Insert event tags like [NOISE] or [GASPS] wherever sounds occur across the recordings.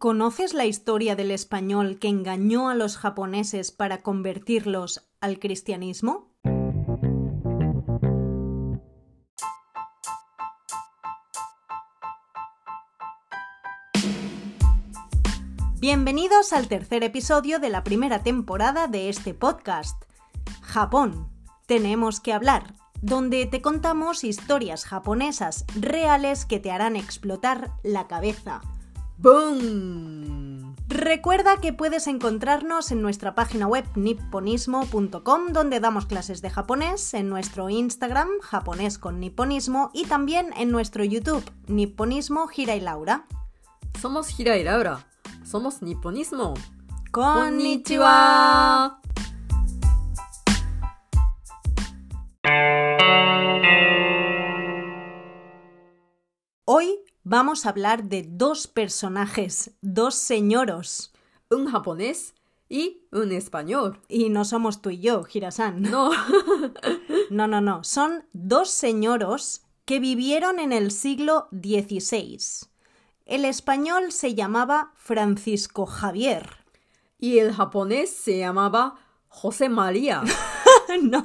¿Conoces la historia del español que engañó a los japoneses para convertirlos al cristianismo? Bienvenidos al tercer episodio de la primera temporada de este podcast. Japón, tenemos que hablar, donde te contamos historias japonesas reales que te harán explotar la cabeza. ¡Boom! Recuerda que puedes encontrarnos en nuestra página web nipponismo.com donde damos clases de japonés, en nuestro Instagram japonés con nipponismo y también en nuestro YouTube nipponismo Gira y Laura. Somos Hira y Laura. Somos Nipponismo. ¡Konnichiwa! Hoy vamos a hablar de dos personajes, dos señoros. Un japonés y un español. Y no somos tú y yo, Girasan. No. [LAUGHS] No, no, no. Son dos señoros que vivieron en el siglo XVI. El español se llamaba Francisco Javier. [LAUGHS] Y el japonés se llamaba José María. No.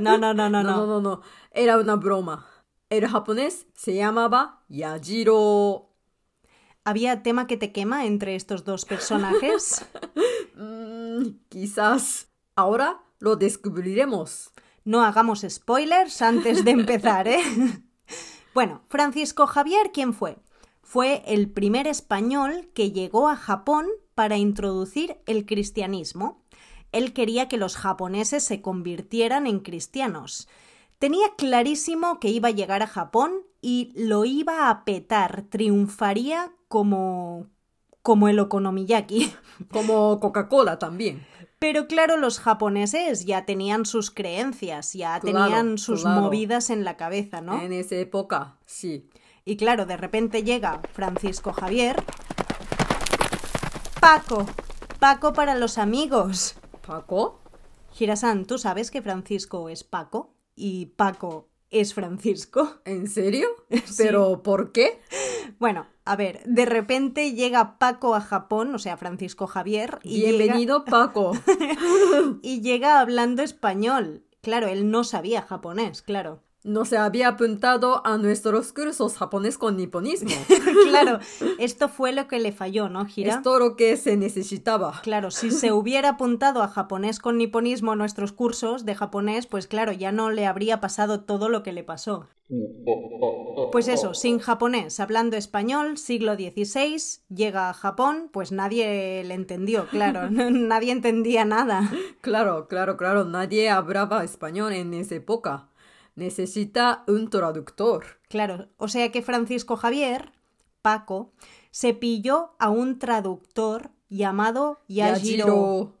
No, no, no, no, [LAUGHS] No, no. no, no, no. Era una broma. El japonés se llamaba Yajiro. ¿Había tema que te quema entre estos dos personajes? Mm, quizás. Ahora lo descubriremos. No hagamos spoilers antes de empezar, ¿eh? Bueno, Francisco Javier, ¿quién fue? Fue el primer español que llegó a Japón para introducir el cristianismo. Él quería que los japoneses se convirtieran en cristianos. Tenía clarísimo que iba a llegar a Japón y lo iba a petar, triunfaría como como el okonomiyaki. Como Coca-Cola también. Pero claro, los japoneses ya tenían sus creencias, ya Claro, tenían sus claro. movidas en la cabeza, ¿no? En esa época, sí. Y claro, de repente llega Francisco Javier. Paco, Paco para los amigos. Paco. Girasan, ¿tú sabes que Francisco es Paco? Y Paco es Francisco. [LAUGHS] ¿En [LAUGHS] serio? ¿Pero por qué? Bueno, a ver, de repente llega Paco a Japón, o sea, Francisco Javier. Y llega- Bienvenido, [LAUGHS] Paco. y llega hablando español. Claro, él no sabía japonés, claro. No se había apuntado a nuestros cursos japonés con niponismo. [LAUGHS] claro, esto fue lo que le falló, ¿no, Gira? Es todo lo que se necesitaba. Claro, si se hubiera apuntado a japonés con niponismo a nuestros cursos de japonés, pues claro, ya no le habría pasado todo lo que le pasó. Pues eso, sin japonés, hablando español, siglo XVI, llega a Japón, pues nadie le entendió, claro, [LAUGHS] nadie entendía nada. Claro, claro, claro. Nadie hablaba español en esa época. Necesita un traductor. Claro, o sea que Francisco Javier, Paco, se pilló a un traductor llamado Yajiro.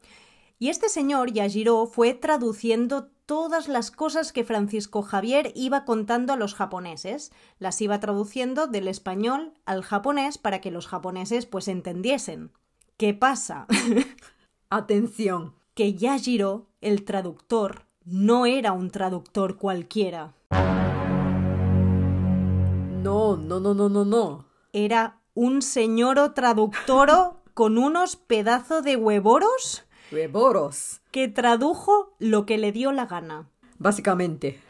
Y este señor, Yajiro, fue traduciendo todas las cosas que Francisco Javier iba contando a los japoneses. Las iba traduciendo del español al japonés para que los japoneses pues entendiesen. ¿Qué pasa? [LAUGHS] Atención. que Yajiro, el traductor, no era un traductor cualquiera. No, no, no, no, no, no. Era un señoro traductoro con unos pedazos de huevoros Reboros. que tradujo lo que le dio la gana. Básicamente.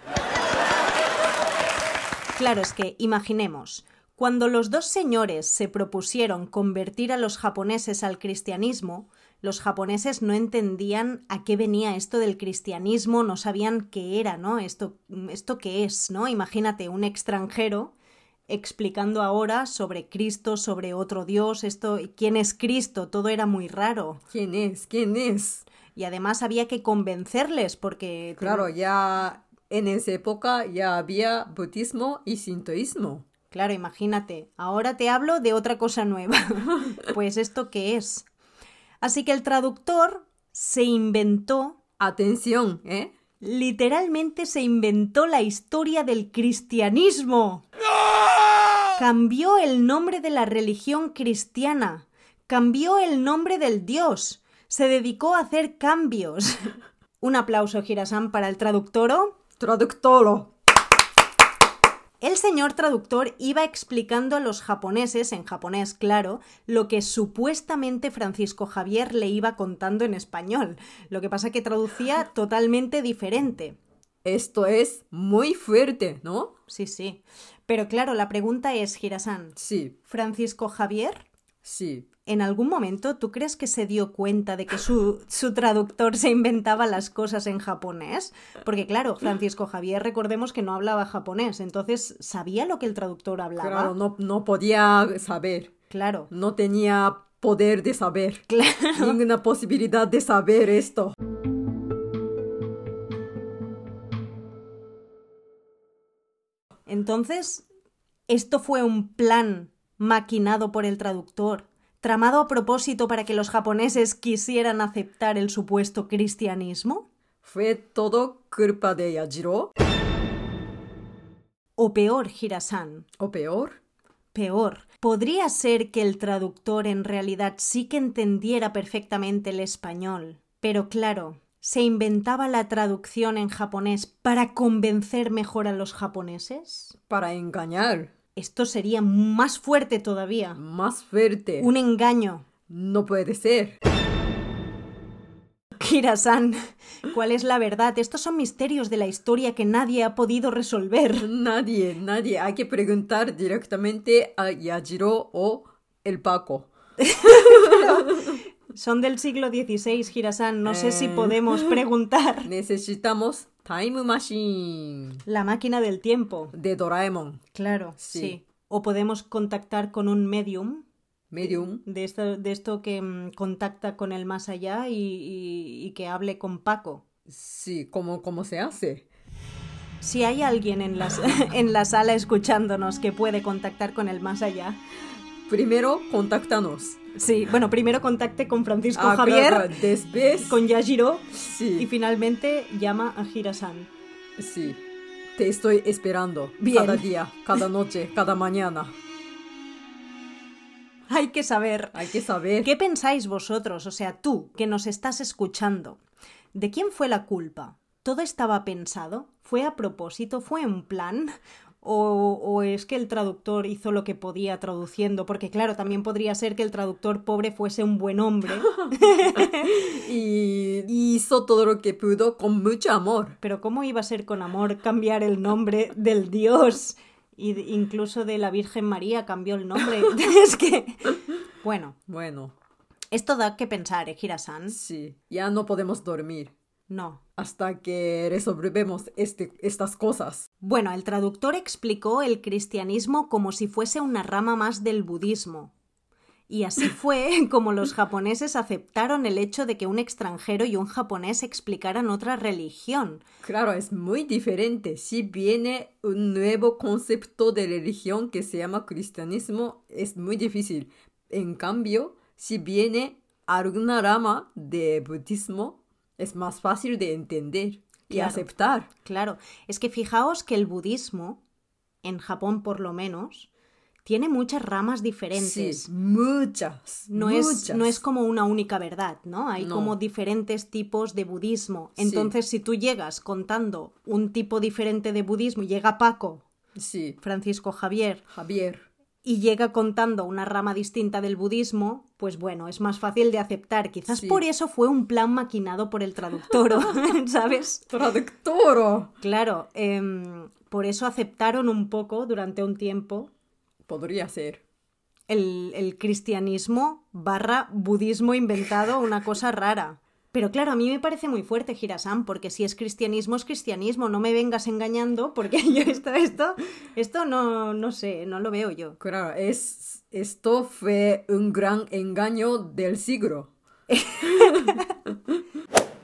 Claro, es que imaginemos, cuando los dos señores se propusieron convertir a los japoneses al cristianismo, los japoneses no entendían a qué venía esto del cristianismo, no sabían qué era, ¿no? Esto, esto qué es, ¿no? Imagínate un extranjero explicando ahora sobre Cristo, sobre otro Dios, esto, quién es Cristo, todo era muy raro. ¿Quién es? ¿Quién es? Y además había que convencerles porque... Claro, ya en esa época ya había budismo y sintoísmo. Claro, imagínate, ahora te hablo de otra cosa nueva. pues esto qué es. Así que el traductor se inventó, Atención, ¿eh? literalmente se inventó la historia del cristianismo. Cambió el nombre de la religión cristiana, cambió el nombre del dios, se dedicó a hacer cambios. Un aplauso, Girasan, para el traductoro. Traductoro. El señor traductor iba explicando a los japoneses, en japonés claro, lo que supuestamente Francisco Javier le iba contando en español. Lo que pasa que traducía totalmente diferente. Esto es muy fuerte, ¿no? Sí, sí. Pero claro, la pregunta es, Girasan, Sí, ¿Francisco Javier? sí. ¿En algún momento tú crees que se dio cuenta de que su, su traductor se inventaba las cosas en japonés? Porque claro, Francisco Javier, recordemos que no hablaba japonés, entonces ¿sabía lo que el traductor hablaba? Claro, no, no podía saber. Claro. No tenía poder [LAUGHS] de saber. Claro. Ninguna posibilidad de saber esto. Entonces, esto fue un plan maquinado por el traductor, tramado a propósito para que los japoneses quisieran aceptar el supuesto cristianismo. ¿Fue todo culpa de Yajiro? O peor, Hirasan, ¿O peor? Peor, podría ser que el traductor en realidad sí que entendiera perfectamente el español, pero claro, ¿se inventaba la traducción en japonés para convencer mejor a los japoneses? Para engañar. Esto sería más fuerte todavía. Más fuerte. Un engaño. No puede ser. Kira-san, ¿cuál es la verdad? Estos son misterios de la historia que nadie ha podido resolver. Nadie, nadie. Hay que preguntar directamente a Yajiro o el Paco. Son del siglo XVI, Kira-san, no sé si Eh. [GASPS] podemos preguntar. Necesitamos Time Machine La máquina del tiempo. de Doraemon. Claro, sí. Sí. O podemos contactar con un medium Medium. de esto, de esto que mm, contacta con el más allá y, y- y que hable con Paco. Sí, ¿cómo, cómo se hace? Si hay alguien en, las- [LAUGHS] en la sala escuchándonos que puede contactar con el más allá. Primero, contáctanos. Sí, bueno, primero contacte con Francisco Ah, Javier, claro, claro. Después, con Yajiro y sí, finalmente llama a Hirasan. sí. Te estoy esperando Bien. cada día, cada noche, cada mañana. Hay que saber. Hay que saber. ¿Qué pensáis vosotros? O sea, tú, que nos estás escuchando. ¿De quién fue la culpa? ¿Todo estaba pensado? ¿Fue a propósito? ¿Fue un plan? ¿O, o es que el traductor hizo lo que podía traduciendo? Porque claro, también podría ser que el traductor pobre fuese un buen hombre, Y hizo todo lo que pudo con mucho amor. pero ¿cómo iba a ser con amor cambiar el nombre del dios? Y de- incluso de la Virgen María cambió el nombre. [LAUGHS] es que... Bueno, Bueno, esto da que pensar, ¿eh, Hirasan? sí. Ya no podemos dormir No, hasta que resolvemos este, estas cosas. Bueno, el traductor explicó el cristianismo como si fuese una rama más del budismo. Y así [LAUGHS] fue como los japoneses aceptaron el hecho de que un extranjero y un japonés explicaran otra religión. Claro, es muy diferente. Si viene un nuevo concepto de religión que se llama cristianismo, es muy difícil. En cambio, si viene alguna rama de budismo, es más fácil de entender y Claro. aceptar. Claro, es que fijaos que el budismo, en Japón por lo menos, tiene muchas ramas diferentes. Sí, muchas, No es, muchas. no es como una única verdad, ¿no? Hay No. como diferentes tipos de budismo. Sí. Entonces, si tú llegas contando un tipo diferente de budismo y llega Paco Sí, Francisco Javier Javier. y llega contando una rama distinta del budismo, pues bueno, es más fácil de aceptar. Quizás Sí. por eso fue un plan maquinado por el traductor, [LAUGHS] [LAUGHS] ¿sabes? Traductoro. Claro, em, por eso aceptaron un poco durante un tiempo Podría ser. el, el cristianismo barra budismo inventado, una cosa rara. Pero claro, a mí me parece muy fuerte, Girasan, porque si es cristianismo, es cristianismo. No me vengas engañando, porque [LAUGHS] yo esto, esto, esto no, no sé, no lo veo yo. Claro, es, esto fue un gran engaño del siglo.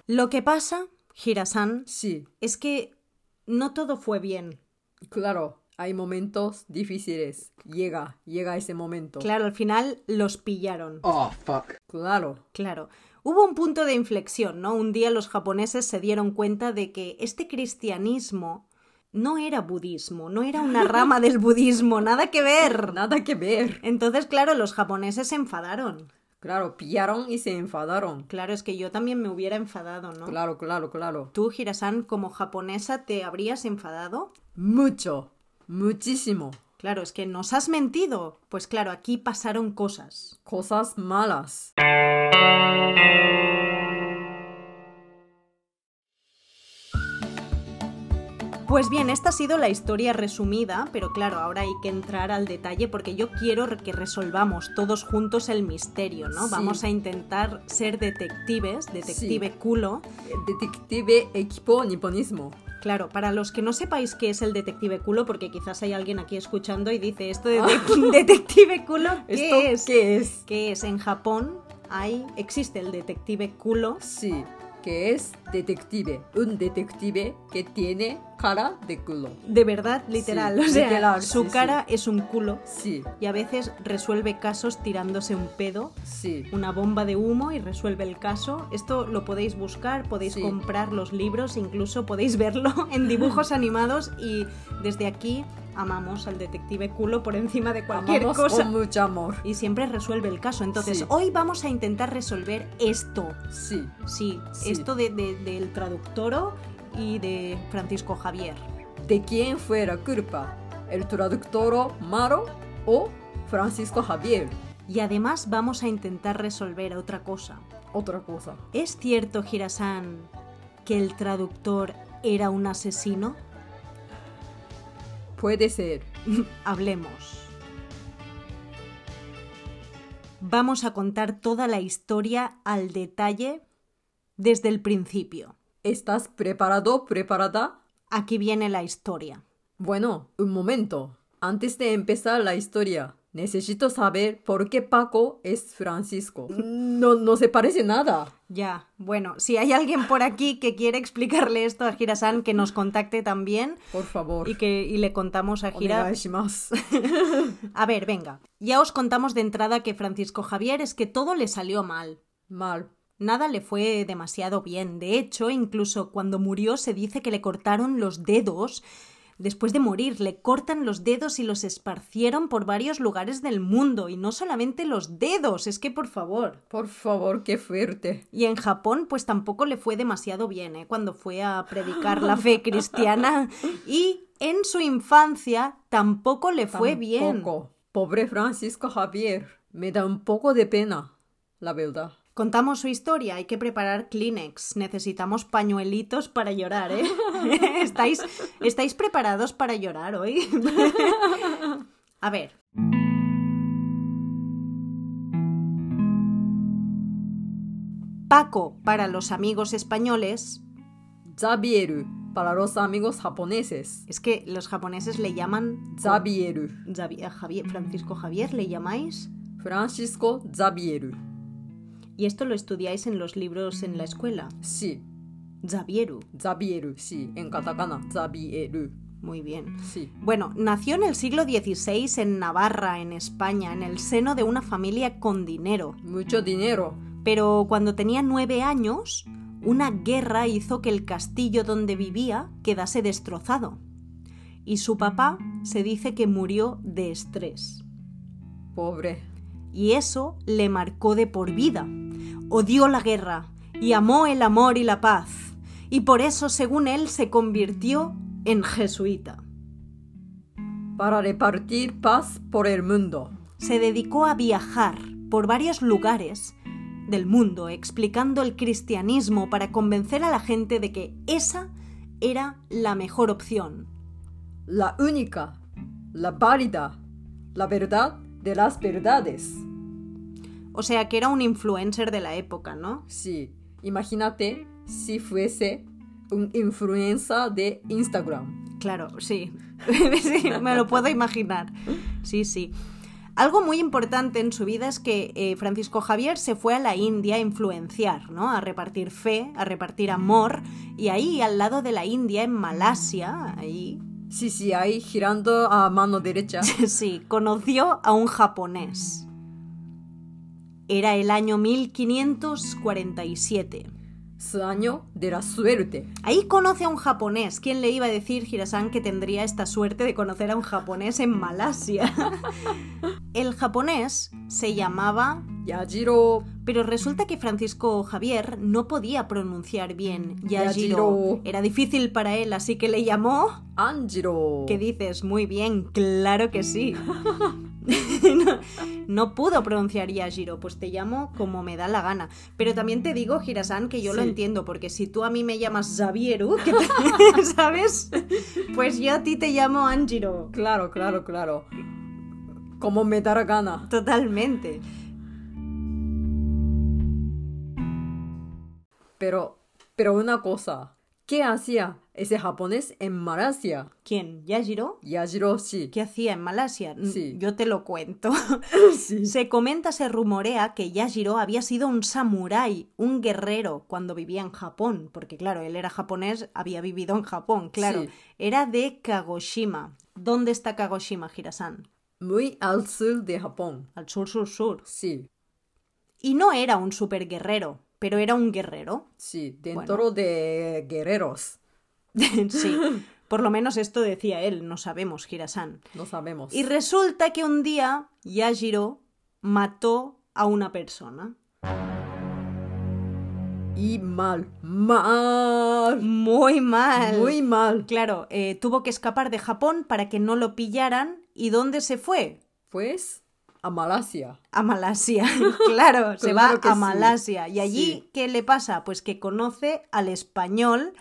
Lo que pasa, Hirasan, Sí, es que no todo fue bien. Claro, hay momentos difíciles. Llega, llega ese momento. Claro, al final los pillaron. Oh, fuck. Claro, Claro. Hubo un punto de inflexión, ¿no? Un día los japoneses se dieron cuenta de que este cristianismo no era budismo, no era una rama del budismo, nada que ver. nada que ver. Entonces, claro, los japoneses se enfadaron. Claro, pillaron y se enfadaron. Claro, es que yo también me hubiera enfadado, ¿no? Claro, claro, claro. Tú, Hirasan, como japonesa, ¿te habrías enfadado? Mucho. muchísimo. Claro, es que nos has mentido. Pues claro, aquí pasaron cosas. Cosas malas. Pues bien, esta ha sido la historia resumida, pero claro, ahora hay que entrar al detalle porque yo quiero que resolvamos todos juntos el misterio, ¿no? Sí. Vamos a intentar ser detectives, detective culo. Detective equipo niponismo. Claro, para los que no sepáis qué es el detective culo, porque quizás hay alguien aquí escuchando y dice, ¿esto [LAUGHS] de [LAUGHS] de- detective culo qué ¿Esto es? qué es? ¿Qué es? En Japón hay, existe el detective culo. Sí, que es detective. Un detective que tiene cara de culo. De verdad, literal. Sí, o sea, literal, su sí, sí. cara es un culo Sí, y a veces resuelve casos tirándose un pedo, sí. una bomba de humo y resuelve el caso. Esto lo podéis buscar, podéis Sí. comprar los libros, incluso podéis verlo [LAUGHS] en dibujos animados y desde aquí amamos al detective culo por encima de cualquier Amamos cosa. con mucho amor. Y siempre resuelve el caso. Entonces, Sí. hoy vamos a intentar resolver esto. Sí, Sí, Sí. esto de- de- del traductoro y de Francisco Javier. ¿de quién fue la culpa? ¿El traductor malo o Francisco Javier? Y además vamos a intentar resolver otra cosa. Otra cosa. ¿Es cierto, Girasan, que el traductor era un asesino? Puede ser. [LAUGHS] Hablemos. Vamos a contar toda la historia al detalle desde el principio. ¿Estás preparado, preparada? Aquí viene la historia. Bueno, un momento. Antes de empezar la historia, necesito saber por qué Paco es Francisco. No, no se parece nada. Ya, bueno, si hay alguien por aquí que quiere explicarle esto a Girasan, que nos contacte también Por favor. y que y le contamos a Gira. お願いします。 A ver, venga. Ya os contamos de entrada que Francisco Javier es que todo le salió mal. Mal. Nada le fue demasiado bien. De hecho, incluso cuando murió se dice que le cortaron los dedos. Después de morir, le cortan los dedos y los esparcieron por varios lugares del mundo. Y no solamente los dedos, es que por favor. Por favor, qué fuerte. Y en Japón, pues tampoco le fue demasiado bien, ¿eh? Cuando fue a predicar la fe cristiana. Y en su infancia tampoco le fue bien. Tampoco. Pobre Francisco Javier. Me da un poco de pena, la verdad. Contamos su historia, hay que preparar Kleenex, necesitamos pañuelitos para llorar, ¿eh? [LAUGHS] ¿Estáis, ¿Estáis preparados para llorar hoy? [LAUGHS] A ver. Paco, para los amigos españoles, Zabieru, para los amigos japoneses. es que los japoneses le llaman... Zabieru. Xavi- a Javier, Francisco Javier, le llamáis... Francisco Zabieru. Y esto lo estudiáis en los libros en la escuela. Sí, Xavieru. Zabieru, sí, en katakana, Zabieru. Muy bien. Sí. Bueno, nació en el siglo XVI en Navarra, en España, en el seno de una familia con dinero. Mucho dinero. Pero cuando tenía nueve años, una guerra hizo que el castillo donde vivía quedase destrozado. Y su papá se dice que murió de estrés. Pobre. Y eso le marcó de por vida. Odió la guerra y amó el amor y la paz. Y por eso, según él, se convirtió en jesuita. Para repartir paz por el mundo. se dedicó a viajar por varios lugares del mundo explicando el cristianismo para convencer a la gente de que esa era la mejor opción. La única, la válida, la verdad de las verdades. O sea que era un influencer de la época, ¿no? Sí, imagínate si fuese un influencer de Instagram. Claro, sí. [LAUGHS] Sí, me lo puedo imaginar. Sí, sí. Algo muy importante en su vida es que eh, Francisco Javier se fue a la India a influenciar, ¿no? A repartir fe, a repartir amor. Y ahí, al lado de la India, en Malasia, ahí Sí, sí, ahí girando a mano derecha. Sí, conoció a un japonés. Era el año 1547. Su año de la suerte. Ahí conoce a un japonés. ¿Quién le iba a decir, Hirasan, que tendría esta suerte de conocer [LAUGHS] a un japonés en Malasia? El japonés se llamaba Yajiro. Pero resulta que Francisco Javier no podía pronunciar bien Yajiro. Yajiro. Era difícil para él, así que le llamó. Anjiro. ¿Qué dices? Muy bien, claro que [LAUGHS] sí. [LAUGHS] no, no pudo pronunciar Yajiro, pues te llamo como me da la gana. Pero también te digo, Girasan, que yo lo Sí. entiendo, porque si tú a mí me llamas Xavieru, [LAUGHS] que te- ¿sabes? Pues yo a ti te llamo Anjiro. Claro, claro, Mm. claro. Como me da la gana. Totalmente. Pero, pero una cosa. ¿Qué hacía ese japonés en Malasia? ¿Quién? ¿Yajiro? Yajiro sí. ¿Qué hacía en Malasia? N- Sí. Yo te lo cuento. Sí. Se comenta, se rumorea que Yajiro había sido un samurái, un guerrero, cuando vivía en Japón, porque claro, él era japonés, había vivido en Japón, claro. Sí. Era de Kagoshima. ¿Dónde está Kagoshima, Hirasan? Muy al sur de Japón. Al sur, sur, sur. Sí, Y no era un superguerrero, pero era un guerrero. [LAUGHS] sí. Dentro de guerreros. sí. Por lo menos esto decía él, no sabemos, Hirasan. No sabemos. Y resulta que un día Yajiro mató a una persona. Y mal. Mal. Muy mal. Muy mal. Claro, eh, tuvo que escapar de Japón para que no lo pillaran. ¿Y dónde se fue? Pues a Malasia. A Malasia. [LAUGHS] claro, se Claro va que a sí. Malasia. ¿Y allí Sí. qué le pasa? Pues que conoce al español,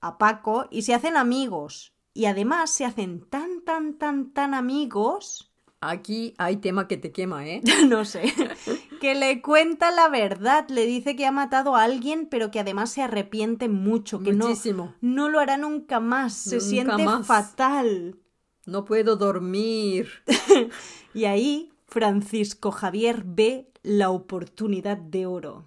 a Paco, y se hacen amigos. Y además se hacen tan, tan, tan, tan amigos, [LAUGHS] Aquí hay tema que te quema, ¿eh? no [LAUGHS] sé, que le cuenta la verdad, le dice que ha matado a alguien, pero que además se arrepiente mucho, que no, Muchísimo. no lo hará nunca más, se Nunca siente más. fatal. No puedo dormir. Y ahí Francisco Javier ve la oportunidad de oro.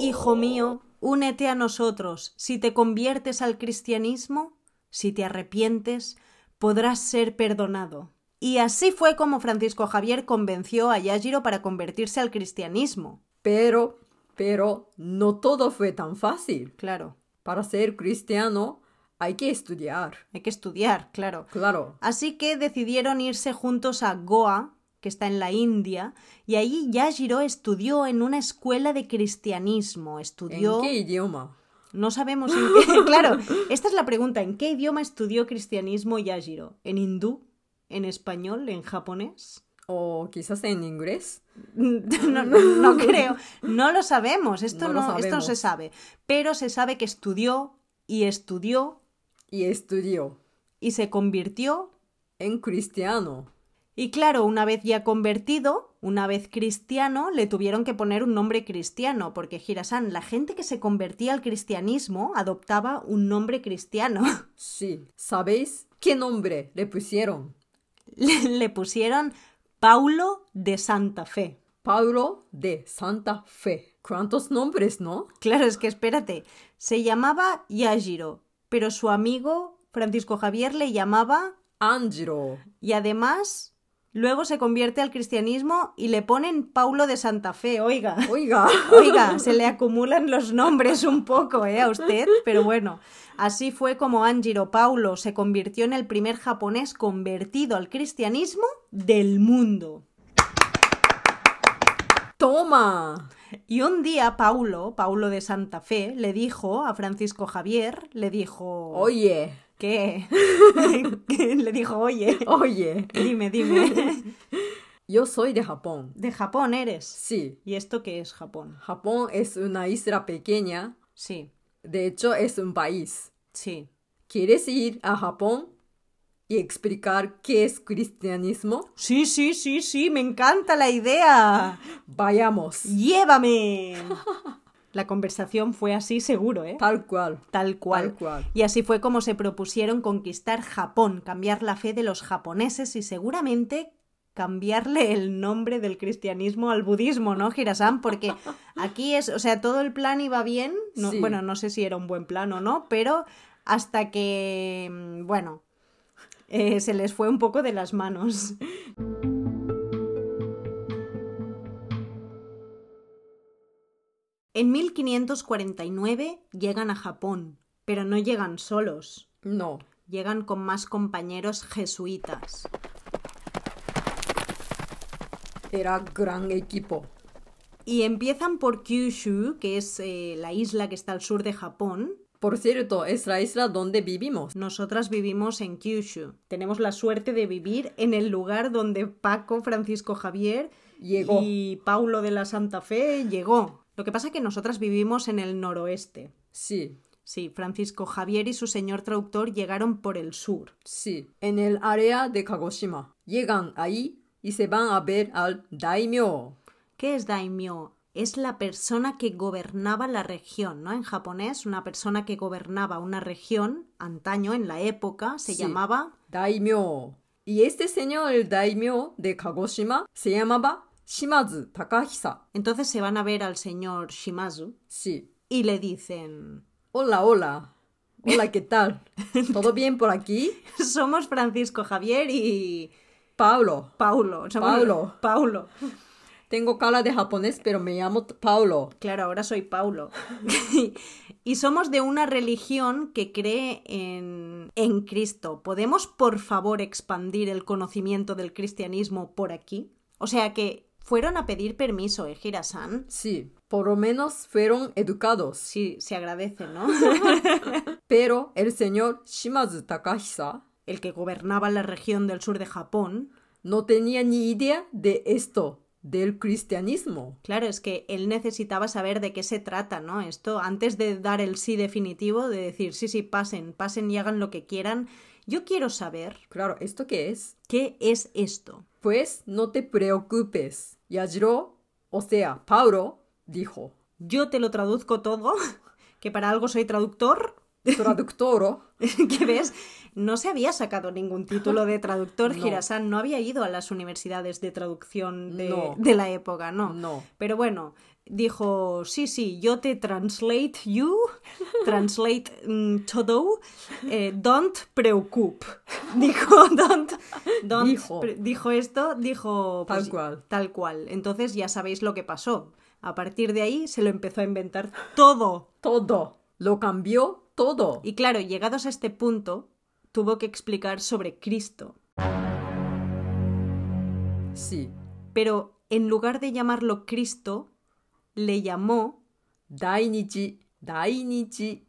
Hijo mío, únete a nosotros. Si te conviertes al cristianismo, si te arrepientes, podrás ser perdonado. Y así fue como Francisco Javier convenció a Yajiro para convertirse al cristianismo. Pero, pero, no todo fue tan fácil. Claro, Para ser cristiano hay que estudiar. hay que estudiar, claro. Claro. Así que decidieron irse juntos a Goa, que está en la India, y allí Yajiro estudió en una escuela de cristianismo. ¿En Estudió. qué idioma? No sabemos [LAUGHS] en qué. claro, esta es la pregunta: ¿en qué idioma estudió cristianismo Yajiro? ¿En hindú? ¿En español? ¿En japonés? [LAUGHS] ¿O quizás en inglés? No, no- no creo. No lo sabemos. Esto No no, lo esto no se sabemos. sabe. Pero se sabe que estudió y estudió Y estudió y se convirtió en cristiano. Y claro, una vez ya convertido, una vez cristiano, le tuvieron que poner un nombre cristiano, porque Hirasan, la gente que se convertía al cristianismo adoptaba un nombre cristiano. Sí. ¿Sabéis qué nombre le pusieron? Le, le pusieron Paulo de Santa Fe. Paulo de Santa Fe. ¿Cuántos nombres, no? Claro, es que espérate, se llamaba Yajiro, pero su amigo Francisco Javier le llamaba Angelo. y además luego se convierte al cristianismo y le ponen Paulo de Santa Fe, oiga. Oiga. [LAUGHS] Oiga, se le acumulan los nombres un poco, ¿eh? A usted, pero bueno. Así fue como Angiro Paulo se convirtió en el primer japonés convertido al cristianismo del mundo. Toma. Y un día Paulo, Paulo de Santa Fe, le dijo a Francisco Javier, le dijo... Oye. ¿Qué? [LAUGHS] le dijo, oye, Oye. dime, [LAUGHS] dime. Yo soy de Japón. ¿De Japón eres? Sí. ¿Y esto qué es Japón? Japón es una isla pequeña. Sí, De hecho, es un país. sí. ¿Quieres ir a Japón y explicar qué es cristianismo? Sí, sí, sí, sí, me encanta la idea. [LAUGHS] Vayamos. ¡Llévame! La conversación fue así seguro, ¿eh? Tal cual. Tal Tal cual. cual. Y así fue como se propusieron conquistar Japón, cambiar la fe de los japoneses y seguramente cambiarle el nombre del cristianismo al budismo, ¿no, Hirasan? Porque aquí es, o sea, todo el plan iba bien, no- Sí. bueno, no sé si era un buen plan o no, pero hasta que, mm, bueno, eh, se les fue un poco de las manos. En 1549 llegan a Japón, pero no llegan solos, No. llegan con más compañeros jesuitas. Era gran equipo. Y empiezan por Kyushu, que es eh, la isla que está al sur de Japón. Por cierto, es la isla donde vivimos. Nosotras vivimos en Kyushu. Tenemos la suerte de vivir en el lugar donde Paco Francisco Javier Llegó. y Paulo de la Santa Fe llegó. Lo que pasa es que nosotras vivimos en el noroeste. Sí, Sí, Francisco Javier y su señor traductor llegaron por el sur. sí. En el área de Kagoshima. Llegan ahí y se van a ver al daimyo. ¿Qué es daimyo? Es la persona que gobernaba la región, ¿no? En japonés, una persona que gobernaba una región, antaño, en la época, se Sí. llamaba Daimyo. Y este señor, el daimyo de Kagoshima, se llamaba Shimazu Takahisa. Entonces se van a ver al señor Shimazu Sí. y le dicen, [LAUGHS] Hola, hola. Hola, ¿qué tal? ¿Todo bien por aquí? somos Francisco Javier y Pablo. Paulo. somos- Paulo. Paulo. Tengo cara de japonés, pero me llamo Pablo. Claro, ahora soy Paulo. [LAUGHS] y somos de una religión que cree en, en Cristo. ¿Podemos, por favor, expandir el conocimiento del cristianismo por aquí? O sea que fueron a pedir permiso, ¿eh, Hirasan? Sí, por lo menos fueron educados. Sí, se agradece, ¿no? [LAUGHS] Pero el señor Shimazu Takahisa el que gobernaba la región del sur de Japón. no tenía ni idea de esto, del cristianismo. Claro, es que él necesitaba saber de qué se trata, ¿no? Esto, antes de dar el sí definitivo, de decir, sí, sí, pasen, pasen y hagan lo que quieran, yo quiero saber Claro, ¿esto qué es? qué es esto. Pues no te preocupes. Yajiro, o sea, Paulo, dijo. yo te lo traduzco todo, [LAUGHS] que para algo soy traductor, [LAUGHS] Traductoro. que ves, no se había sacado ningún título de traductor, [LAUGHS] No. Girasan no había ido a las universidades de traducción de, No. de la época, no. No. Pero bueno, dijo, sí, sí, yo te translate [LAUGHS] you, translate mm, todo, eh, don't [LAUGHS] preocup. Dijo, don't, don't Dijo. pre- dijo esto, dijo... pues, Tal cual. Tal cual. Entonces ya sabéis lo que pasó. A partir de ahí se lo empezó a inventar todo. Todo. Lo cambió todo. Y claro, llegados a este punto, tuvo que explicar sobre Cristo. Sí. Pero en lugar de llamarlo Cristo, le llamó Dainichi. Dainichi.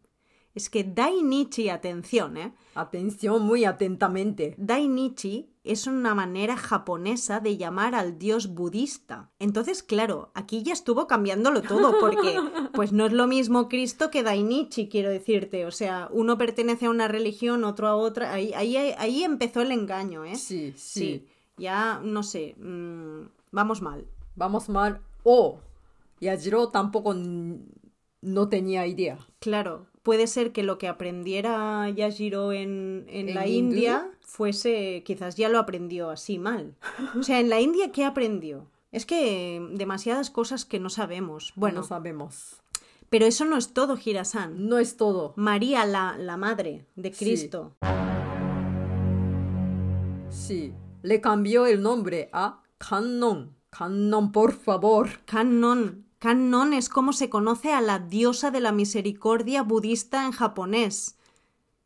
Es que Dainichi, atención, ¿eh? Atención muy atentamente. Dainichi es una manera japonesa de llamar al dios budista. Entonces, claro, aquí ya estuvo cambiándolo todo, [LAUGHS] porque pues no es lo mismo Cristo que Dainichi, quiero decirte. O sea, uno pertenece a una religión, otro a otra. Ahí, ahí, ahí empezó el engaño, ¿eh? Sí, sí. Ya, no sé, mm, vamos mal. Vamos mal. O Yajiro tampoco n- no tenía idea. Claro, puede ser que lo que aprendiera Yajiro en, en ¿En la hindú? India fuese, quizás ya lo aprendió así mal. O sea, en la India, ¿qué aprendió? Es que eh, demasiadas cosas que no sabemos. Bueno, no sabemos. pero eso no es todo, Hirasan. No es todo. María, la, la madre de Sí. Cristo. Sí. Le cambió el nombre a Kannon. Kannon, por favor. Kannon. Kannon es como se conoce a la diosa de la misericordia budista en japonés.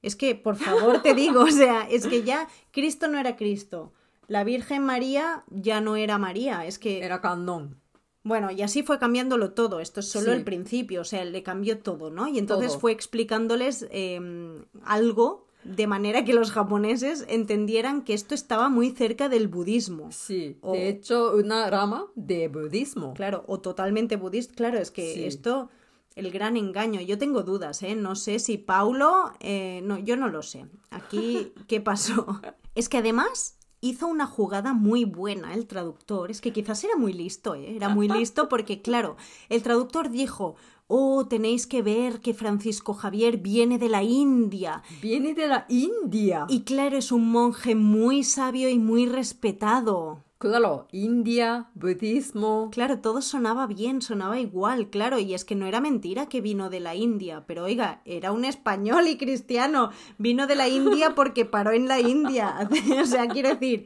Es que, por favor, [LAUGHS] te digo, o sea, es que ya Cristo no era Cristo. La Virgen María ya no era María. Es que, Era Kannon. bueno, y así fue cambiándolo todo. Esto es solo Sí. el principio, o sea, le cambió todo, ¿no? Y entonces Todo. fue explicándoles eh, algo de manera que los japoneses entendieran que esto estaba muy cerca del budismo. Sí. O- De hecho, una rama de budismo. Claro, o totalmente budista. Claro, es que Sí. esto, el gran engaño. Yo tengo dudas, ¿eh? No sé si Paulo. eh, no, yo no lo sé. Aquí, ¿qué pasó? Es que además hizo una jugada muy buena el traductor. Es que quizás era muy listo, ¿eh? Era muy listo porque, claro, el traductor dijo. Oh, tenéis que ver que Francisco Javier viene de la India. Viene de la India. Y claro, es un monje muy sabio y muy respetado. Claro, India, budismo. Claro, todo sonaba bien, sonaba igual, claro, y es que no era mentira que vino de la India, pero oiga, era un español y cristiano, vino de la India porque paró en la India, [LAUGHS] o sea, quiero decir,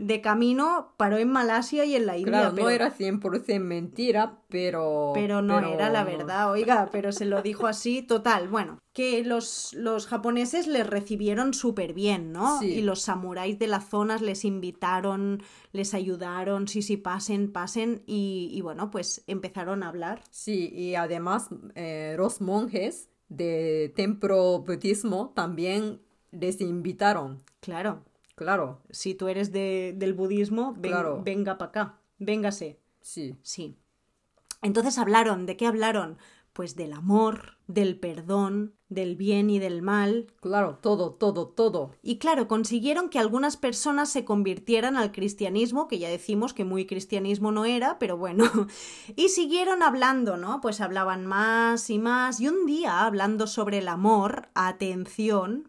de camino paró en Malasia y en la India. Claro, pero- no era 100% mentira, pero... Pero no era la verdad, oiga, pero se lo dijo así, total. Bueno, que los, los japoneses les recibieron súper bien, ¿no? Sí. Y los samuráis de las zonas les invitaron, les ayudaron, sí, sí, pasen, pasen. Y, y bueno, pues empezaron a hablar. Sí, y además eh, los monjes de templo budismo también les invitaron, Claro, claro, si tú eres de- del budismo, ven- Claro. venga para acá, véngase. sí. Sí. Entonces hablaron, ¿de qué hablaron? Pues del amor, del perdón, del bien y del mal, Claro, todo, todo, todo. Y claro, consiguieron que algunas personas se convirtieran al cristianismo, que ya decimos que muy cristianismo no era, pero bueno. [LAUGHS] Y siguieron hablando, ¿no? Pues hablaban más y más. Y un día, hablando sobre el amor, atención,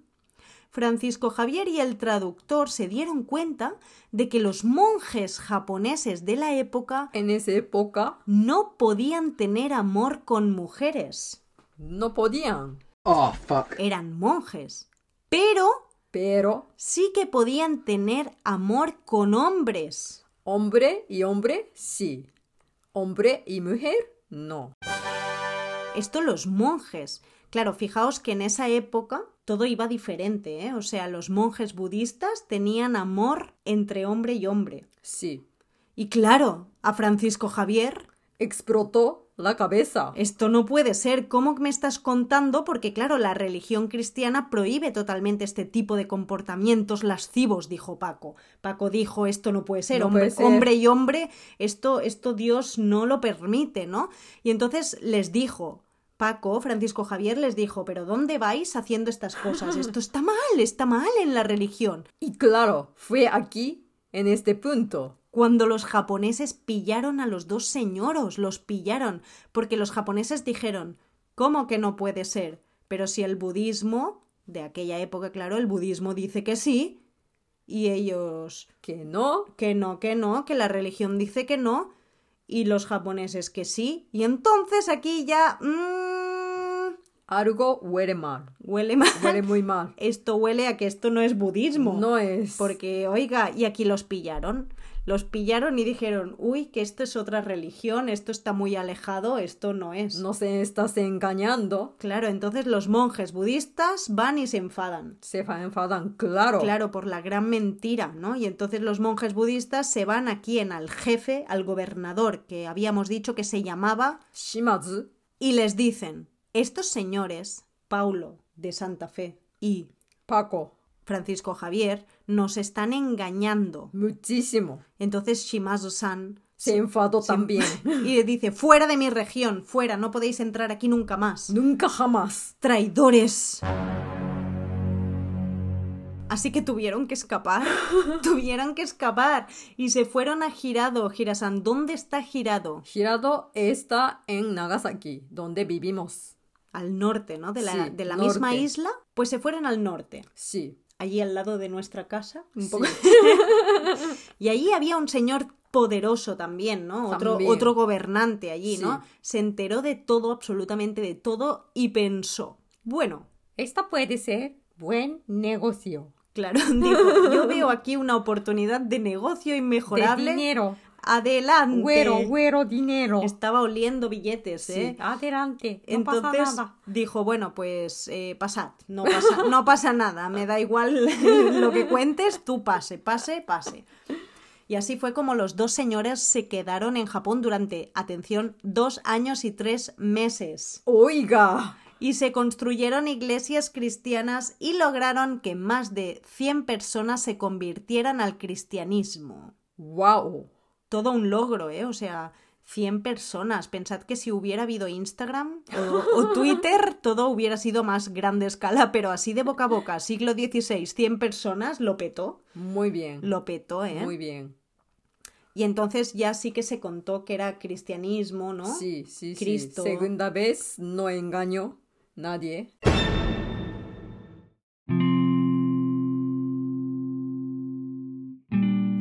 Francisco Javier y el traductor se dieron cuenta de que los monjes japoneses de la época En esa época no podían tener amor con mujeres. no podían, Eran monjes. Pero pero sí que podían tener amor con hombres. hombre y hombre, sí. Hombre y mujer, no. Esto los monjes. Claro, fijaos que en esa época todo iba diferente, ¿eh? O sea, los monjes budistas tenían amor entre hombre y hombre. Sí. Y claro, a Francisco Javier, Explotó la cabeza. esto no puede ser, ¿cómo me estás contando? Porque claro, la religión cristiana prohíbe totalmente este tipo de comportamientos lascivos, dijo Paco. Paco dijo, esto no puede ser, No hombre, puede ser. hombre y hombre, esto, esto Dios no lo permite, ¿no? Y entonces les dijo, Paco, Francisco Javier les dijo, pero ¿dónde vais haciendo estas cosas? Esto está mal, está mal en la religión. Y claro, fue aquí, en este punto. cuando los japoneses pillaron a los dos señoros, los pillaron, porque los japoneses dijeron, ¿cómo que no puede ser? Pero si el budismo, de aquella época, claro, el budismo dice que sí, y ellos, Que no, que no, que no, que la religión dice que no, y los japoneses que sí, y entonces aquí ya... mm, algo huele mal. huele mal. Huele muy mal. [LAUGHS] Esto huele a que esto no es budismo. No es. Porque, oiga, y aquí los pillaron. Los pillaron y dijeron, uy, que esto es otra religión, esto está muy alejado, esto no es. No se estás engañando. Claro, entonces los monjes budistas van y se enfadan. Se fa- enfadan, claro. Claro, por la gran mentira, ¿no? Y entonces los monjes budistas se van a quién, al jefe, al gobernador, que habíamos dicho que se llamaba, Shimazu, y les dicen, estos señores, Paulo de Santa Fe y Paco, Francisco Javier, nos están engañando. muchísimo. Entonces Shimazu-san Se enfadó [LAUGHS] también. y le dice, fuera de mi región, fuera, no podéis entrar aquí nunca más. Nunca jamás. Traidores. Así que tuvieron que [LAUGHS] escapar, tuvieron que escapar y se fueron a Girado. Girasan, ¿dónde está Girado? Hirado está en Nagasaki, donde vivimos. Al norte, ¿no? De la, Sí, de la misma norte. isla. Pues se fueron al norte, Sí. allí al lado de nuestra casa. Un Sí. poco. Y allí había un señor poderoso también, ¿no? Otro, También. otro gobernante allí, ¿no? Sí. Se enteró de todo, absolutamente de todo, y pensó, bueno, Esta puede ser buen negocio. claro, [LAUGHS] dijo, yo veo aquí una oportunidad de negocio inmejorable. Adelante. güero, dinero. Estaba oliendo billetes, ¿eh? Adelante. Entonces dijo, bueno, pues eh, pasad, no pasa, no pasa nada, me da igual [LAUGHS] lo que cuentes, tú pase, pase, pase. Y así fue como los dos señores se quedaron en Japón durante, atención, dos años y tres meses. Oiga. Y se construyeron iglesias cristianas y lograron que más de 100 personas se convirtieran al cristianismo Wow. todo un logro, ¿eh? O sea, 100 personas. Pensad que si hubiera habido Instagram o, o Twitter, todo hubiera sido más grande escala, pero así de boca a boca, siglo XVI, 100 personas, lo petó, Muy bien. lo petó, ¿eh? Muy bien. Y entonces ya sí que se contó que era cristianismo, ¿no? Sí, sí, sí. Cristo. Segunda vez no engañó nadie.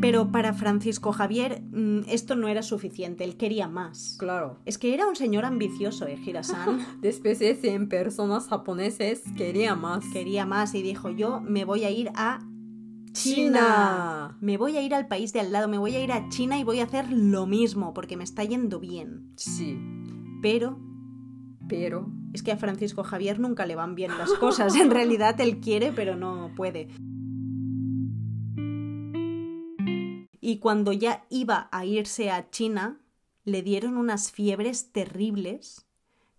Pero para Francisco Javier mm, esto no era suficiente, él quería más. Claro. Es que era un señor ambicioso, ¿eh, Girasan? [LAUGHS] Después de 100 personas japoneses quería más. quería más y dijo yo me voy a ir a China. Me voy a ir al país de al lado, me voy a ir a China y voy a hacer lo mismo porque me está yendo bien. Sí, Pero pero es que a Francisco Javier nunca le van bien las cosas. En realidad él quiere, pero no puede. Y cuando ya iba a irse a China, le dieron unas fiebres terribles.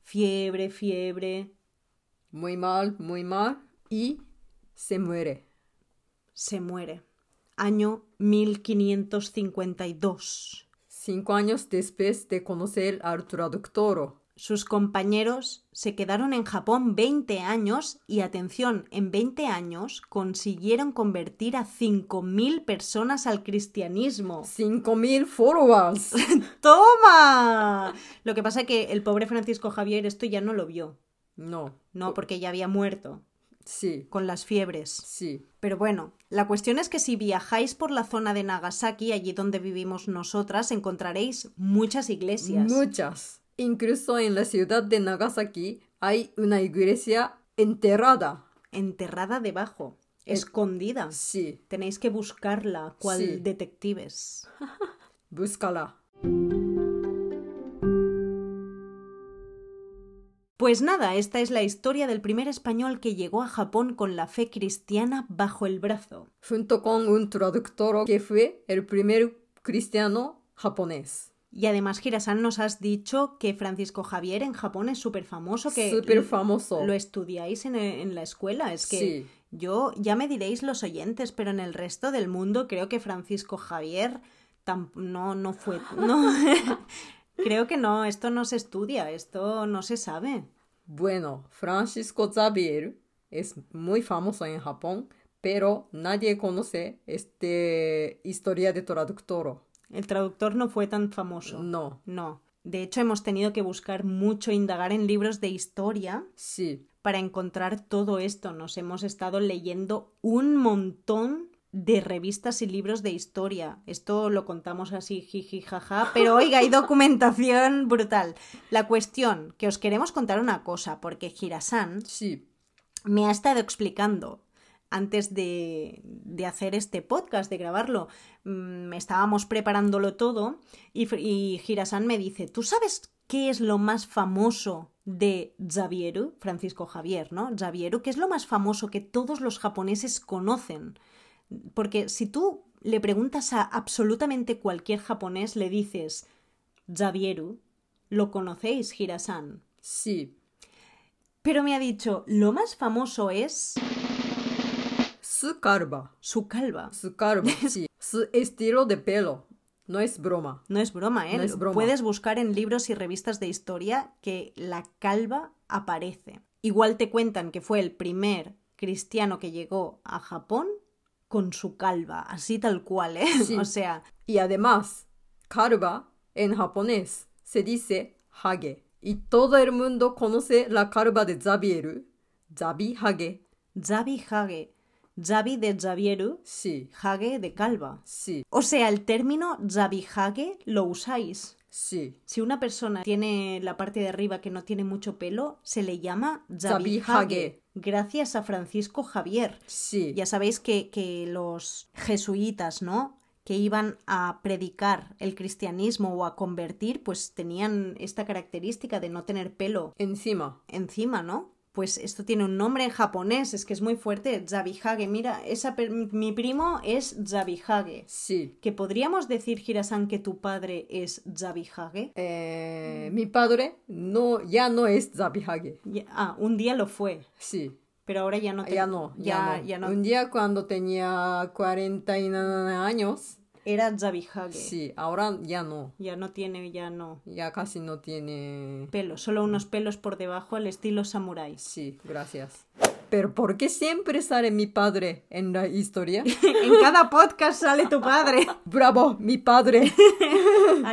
Fiebre, fiebre. muy mal, muy mal y se muere. Se muere. Año 1552. Cinco años después de conocer al traductor. Sus compañeros se quedaron en Japón 20 años y, atención, en 20 años consiguieron convertir a 5.000 personas al cristianismo. Cinco mil followers. ¡Toma! Lo que pasa que el pobre Francisco Javier esto ya no lo vio, No, [LAUGHS] no porque ya había muerto sí, con las fiebres. sí, Pero bueno, la cuestión es que si viajáis por la zona de Nagasaki, allí donde vivimos nosotras, encontraréis muchas iglesias. muchas. Incluso en la ciudad de Nagasaki hay una iglesia enterrada. enterrada debajo, escondida. Eh, Sí, Tenéis que buscarla, cual Sí. detectives. búscala. Pues nada, esta es la historia del primer español que llegó a Japón con la fe cristiana bajo el brazo. junto con un traductor que fue el primer cristiano japonés. Y además, Hirasan, nos has dicho que Francisco Javier en Japón es súper famoso, que Súper l- famoso. lo estudiáis en, en la escuela. Es que Sí. yo, ya me diréis los oyentes, pero en el resto del mundo creo que Francisco Javier tam- no, no fue. No. [LAUGHS] creo que no, esto no se estudia, esto no se sabe. Bueno, Francisco Xavier es muy famoso en Japón, pero nadie conoce este historia de traductor. El traductor no fue tan famoso. No, No. De hecho, hemos tenido que buscar mucho, indagar en libros de historia sí, para encontrar todo esto. Nos hemos estado leyendo un montón de revistas y libros de historia. Esto lo contamos así, jiji, jaja, pero oiga, hay documentación brutal. La cuestión, que os queremos contar una cosa, porque Hirasan sí, me ha estado explicando antes de, de hacer este podcast, de grabarlo, mm, estábamos preparándolo todo y, Fr- y Hirasan me dice, ¿tú sabes qué es lo más famoso de Xavieru? Francisco Javier, ¿no? Xavieru, ¿qué es lo más famoso que todos los japoneses conocen? Porque si tú le preguntas a absolutamente cualquier japonés, le dices, Xavieru, ¿lo conocéis, Hirasan? sí. Pero me ha dicho, lo más famoso es... Su calva, su calva. su calva, sí. Su estilo de pelo, no es broma. No es broma, ¿eh? No es broma. Puedes buscar en libros y revistas de historia que la calva aparece. Igual te cuentan que fue el primer cristiano que llegó a Japón con su calva, así tal cual, ¿eh? Sí. O sea, Y además, calva en japonés se dice hage. Y todo el mundo conoce la calva de Xavier. Zabi hage. Zabi Hage. Zabi de Xavieru, Sí, Hage de calva. sí, O sea, el término Zabi Hage lo usáis. sí. Si una persona tiene la parte de arriba que no tiene mucho pelo, se le llama Zabi Zabi Hage. Hage. Gracias a Francisco Javier. Sí, Ya sabéis que, que los jesuitas, ¿no? Que iban a predicar el cristianismo o a convertir, pues tenían esta característica de no tener pelo encima. encima, ¿no? Pues esto tiene un nombre en japonés, es que es muy fuerte, Zabihage. Mira, esa per- mi primo es Zabihage. Sí. ¿Que podríamos decir, Hirasan, que tu padre es Zabihage? Mm. Eh, mi padre no, ya no es Zabi hage. Ya- Ah, un día lo fue, Sí, pero ahora ya no. te- ya no, ya, ya, ya no. Un día cuando tenía 49 años. Era Zabihage. Sí, ahora ya no. Ya no tiene, ya no. Ya casi no tiene pelos, solo unos pelos por debajo al estilo samurái. [LAUGHS] Sí, gracias. Pero ¿por qué siempre sale mi padre en [LAUGHS] la historia? en cada podcast sale tu padre. ¡Bravo, mi padre! [LAUGHS] Arigato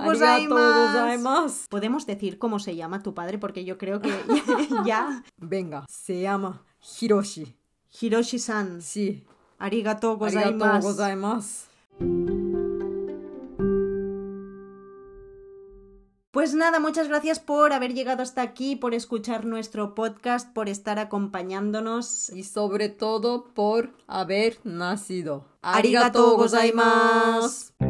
¡Arigato gozaimasu. gozaimasu! Podemos decir cómo se llama tu padre porque yo creo que [LAUGHS] ya Venga, se llama Hiroshi. Hiroshi-san. Sí, Arigato ¡arigato gozaimasu. gozaimasu! Pues nada, muchas gracias por haber llegado hasta aquí, por escuchar nuestro podcast, por estar acompañándonos. y sobre todo por haber nacido. Arigatou Arigatou gozaimasu. gozaimasu.